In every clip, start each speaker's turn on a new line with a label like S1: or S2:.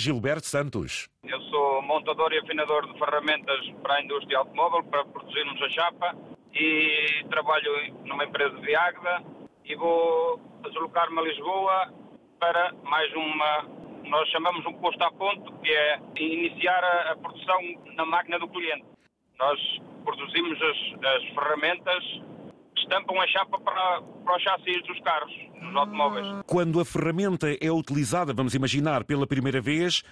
S1: Gilberto Santos.
S2: Eu sou montador e afinador de ferramentas para a indústria automóvel, para produzirmos a chapa e trabalho numa empresa de Águeda e vou deslocar-me a Lisboa para mais uma, nós chamamos um posto a ponto, que é iniciar a, a produção na máquina do cliente. Nós produzimos as, as ferramentas que estampam a chapa para, para os chassis dos carros, dos automóveis.
S1: Quando a ferramenta é utilizada, vamos imaginar, pela primeira vez,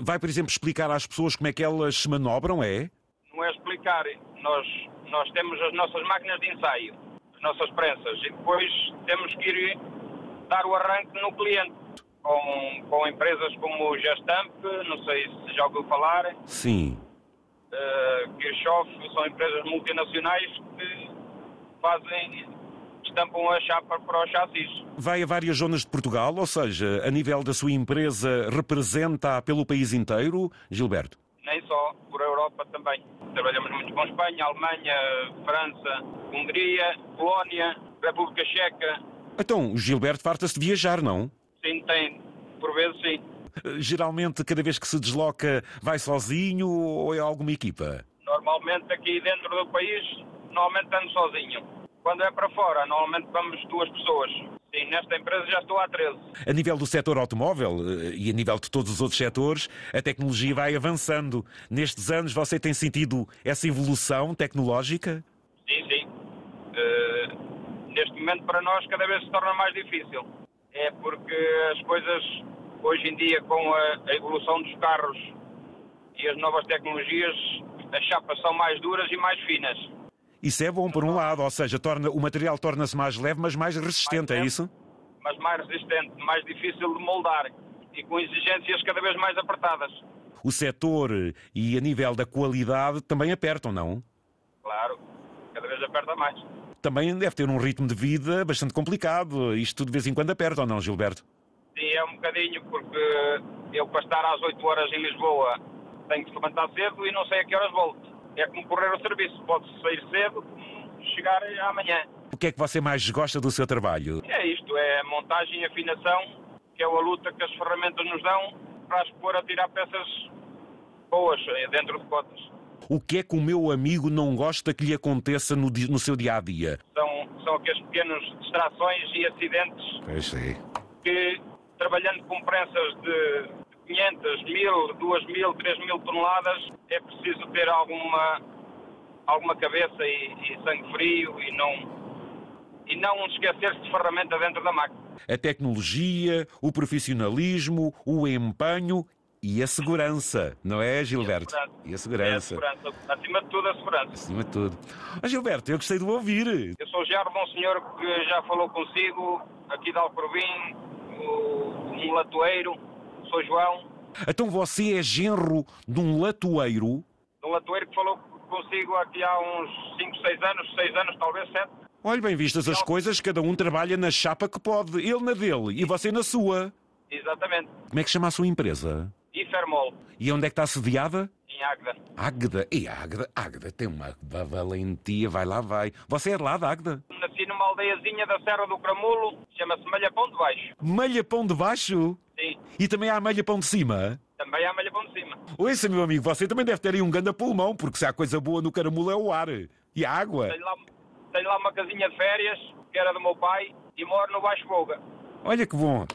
S1: vai, por exemplo, explicar às pessoas como é que elas se manobram, é?
S2: não é explicar. Nós, nós temos as nossas máquinas de ensaio, as nossas prensas, e depois temos que ir dar o arranque no cliente. Com, com empresas como o Gestamp, não sei se já ouviu falar,
S1: Sim.
S2: eh, Kirchhoff, são empresas multinacionais que fazem, estampam a chapa para os chassis.
S1: Vai a várias zonas de Portugal, ou seja, a nível da sua empresa, representa pelo país inteiro, Gilberto?
S2: nem só, por Europa também. Trabalhamos muito com Espanha, Alemanha, França, Hungria, Polónia, República Checa,
S1: Então, o Gilberto farta-se de viajar, não?
S2: sim, tem, por vezes sim.
S1: Eh, Geralmente, cada vez que se desloca, vai sozinho ou é alguma equipa?
S2: Normalmente aqui dentro do país, normalmente ando sozinho. Quando é para fora, normalmente vamos duas pessoas. Sim, nesta empresa já estou há 13.
S1: A nível do setor automóvel eh, e a nível de todos os outros setores, a tecnologia vai avançando. Nestes anos, você tem sentido essa evolução tecnológica?
S2: Sim, sim. Eh, neste momento para nós cada vez se torna mais difícil. É porque as coisas hoje em dia com a, a evolução dos carros e as novas tecnologias, as chapas são mais duras e mais finas.
S1: Isso é bom por um lado, ou seja, torna, o material torna-se mais leve, mas mais resistente, é
S2: leve.
S1: isso?
S2: mas mais resistente, mais difícil de moldar e com exigências cada vez mais apertadas.
S1: O setor eh, e a nível da qualidade também apertam, não?
S2: Claro, cada vez aperta mais.
S1: Também deve ter um ritmo de vida bastante complicado. Isto de vez em quando aperta, ou não, Gilberto?
S2: Sim, é um bocadinho porque eu para estar às 8 horas em Lisboa tenho que se levantar cedo e não sei a que horas volto. É como correr o serviço, pode sair cedo, como chegar amanhã.
S1: O que é que você mais gosta do seu trabalho?
S2: É isto, é a montagem e afinação, que é a luta que as ferramentas nos dão para as pôr a tirar peças boas eh, dentro de cotas.
S1: O que é que o meu amigo não gosta que lhe aconteça no, di- no seu dia a dia?
S2: São, são aqueles pequenos distrações e acidentes
S1: Pois é.
S2: que, trabalhando com prensas de 500, 1000, 2000, 3000 toneladas, é preciso ter alguma, alguma cabeça e, e sangue frio e não, e não esquecer-se de ferramenta dentro da máquina.
S1: A tecnologia, o profissionalismo, o empenho e a segurança, não é, Gilberto? E a
S2: É a
S1: segurança,
S2: segurança. Acima de tudo, a segurança.
S1: acima de tudo. Ah, Gilberto, eu gostei de o ouvir.
S2: Eu sou o Gerard, um senhor que já falou consigo, aqui de Alcorvim, o- um latoeiro, sou João,
S1: Então você é genro de um latoeiro?
S2: um latoeiro que falou consigo aqui há uns 5, 6 anos, 6 anos, talvez 7.
S1: Olha, bem vistas as coisas, cada um trabalha na chapa que pode. Ele na dele e você na sua.
S2: Exatamente.
S1: Como é que chama a sua empresa?
S2: e Fermol,
S1: E onde é que está sediada?
S2: em Águeda.
S1: Águeda. E Águeda, Águeda tem uma va- valentia, vai lá, vai. Você é de lá de Águeda?
S2: Nasci numa aldeiazinha da Serra do Cramulo, chama-se Malhapão de Baixo.
S1: Malhapão de baixo?
S2: Sim,
S1: E também há malhapão de cima?
S2: também há Malhapão de Cima.
S1: Ouça, meu amigo, você também deve ter aí um ganda pulmão, porque se há coisa boa no caramulo é o ar e a água.
S2: Tenho lá, tenho lá uma casinha de férias, que era do meu pai, e moro no Baixo Boga.
S1: Olha que bom.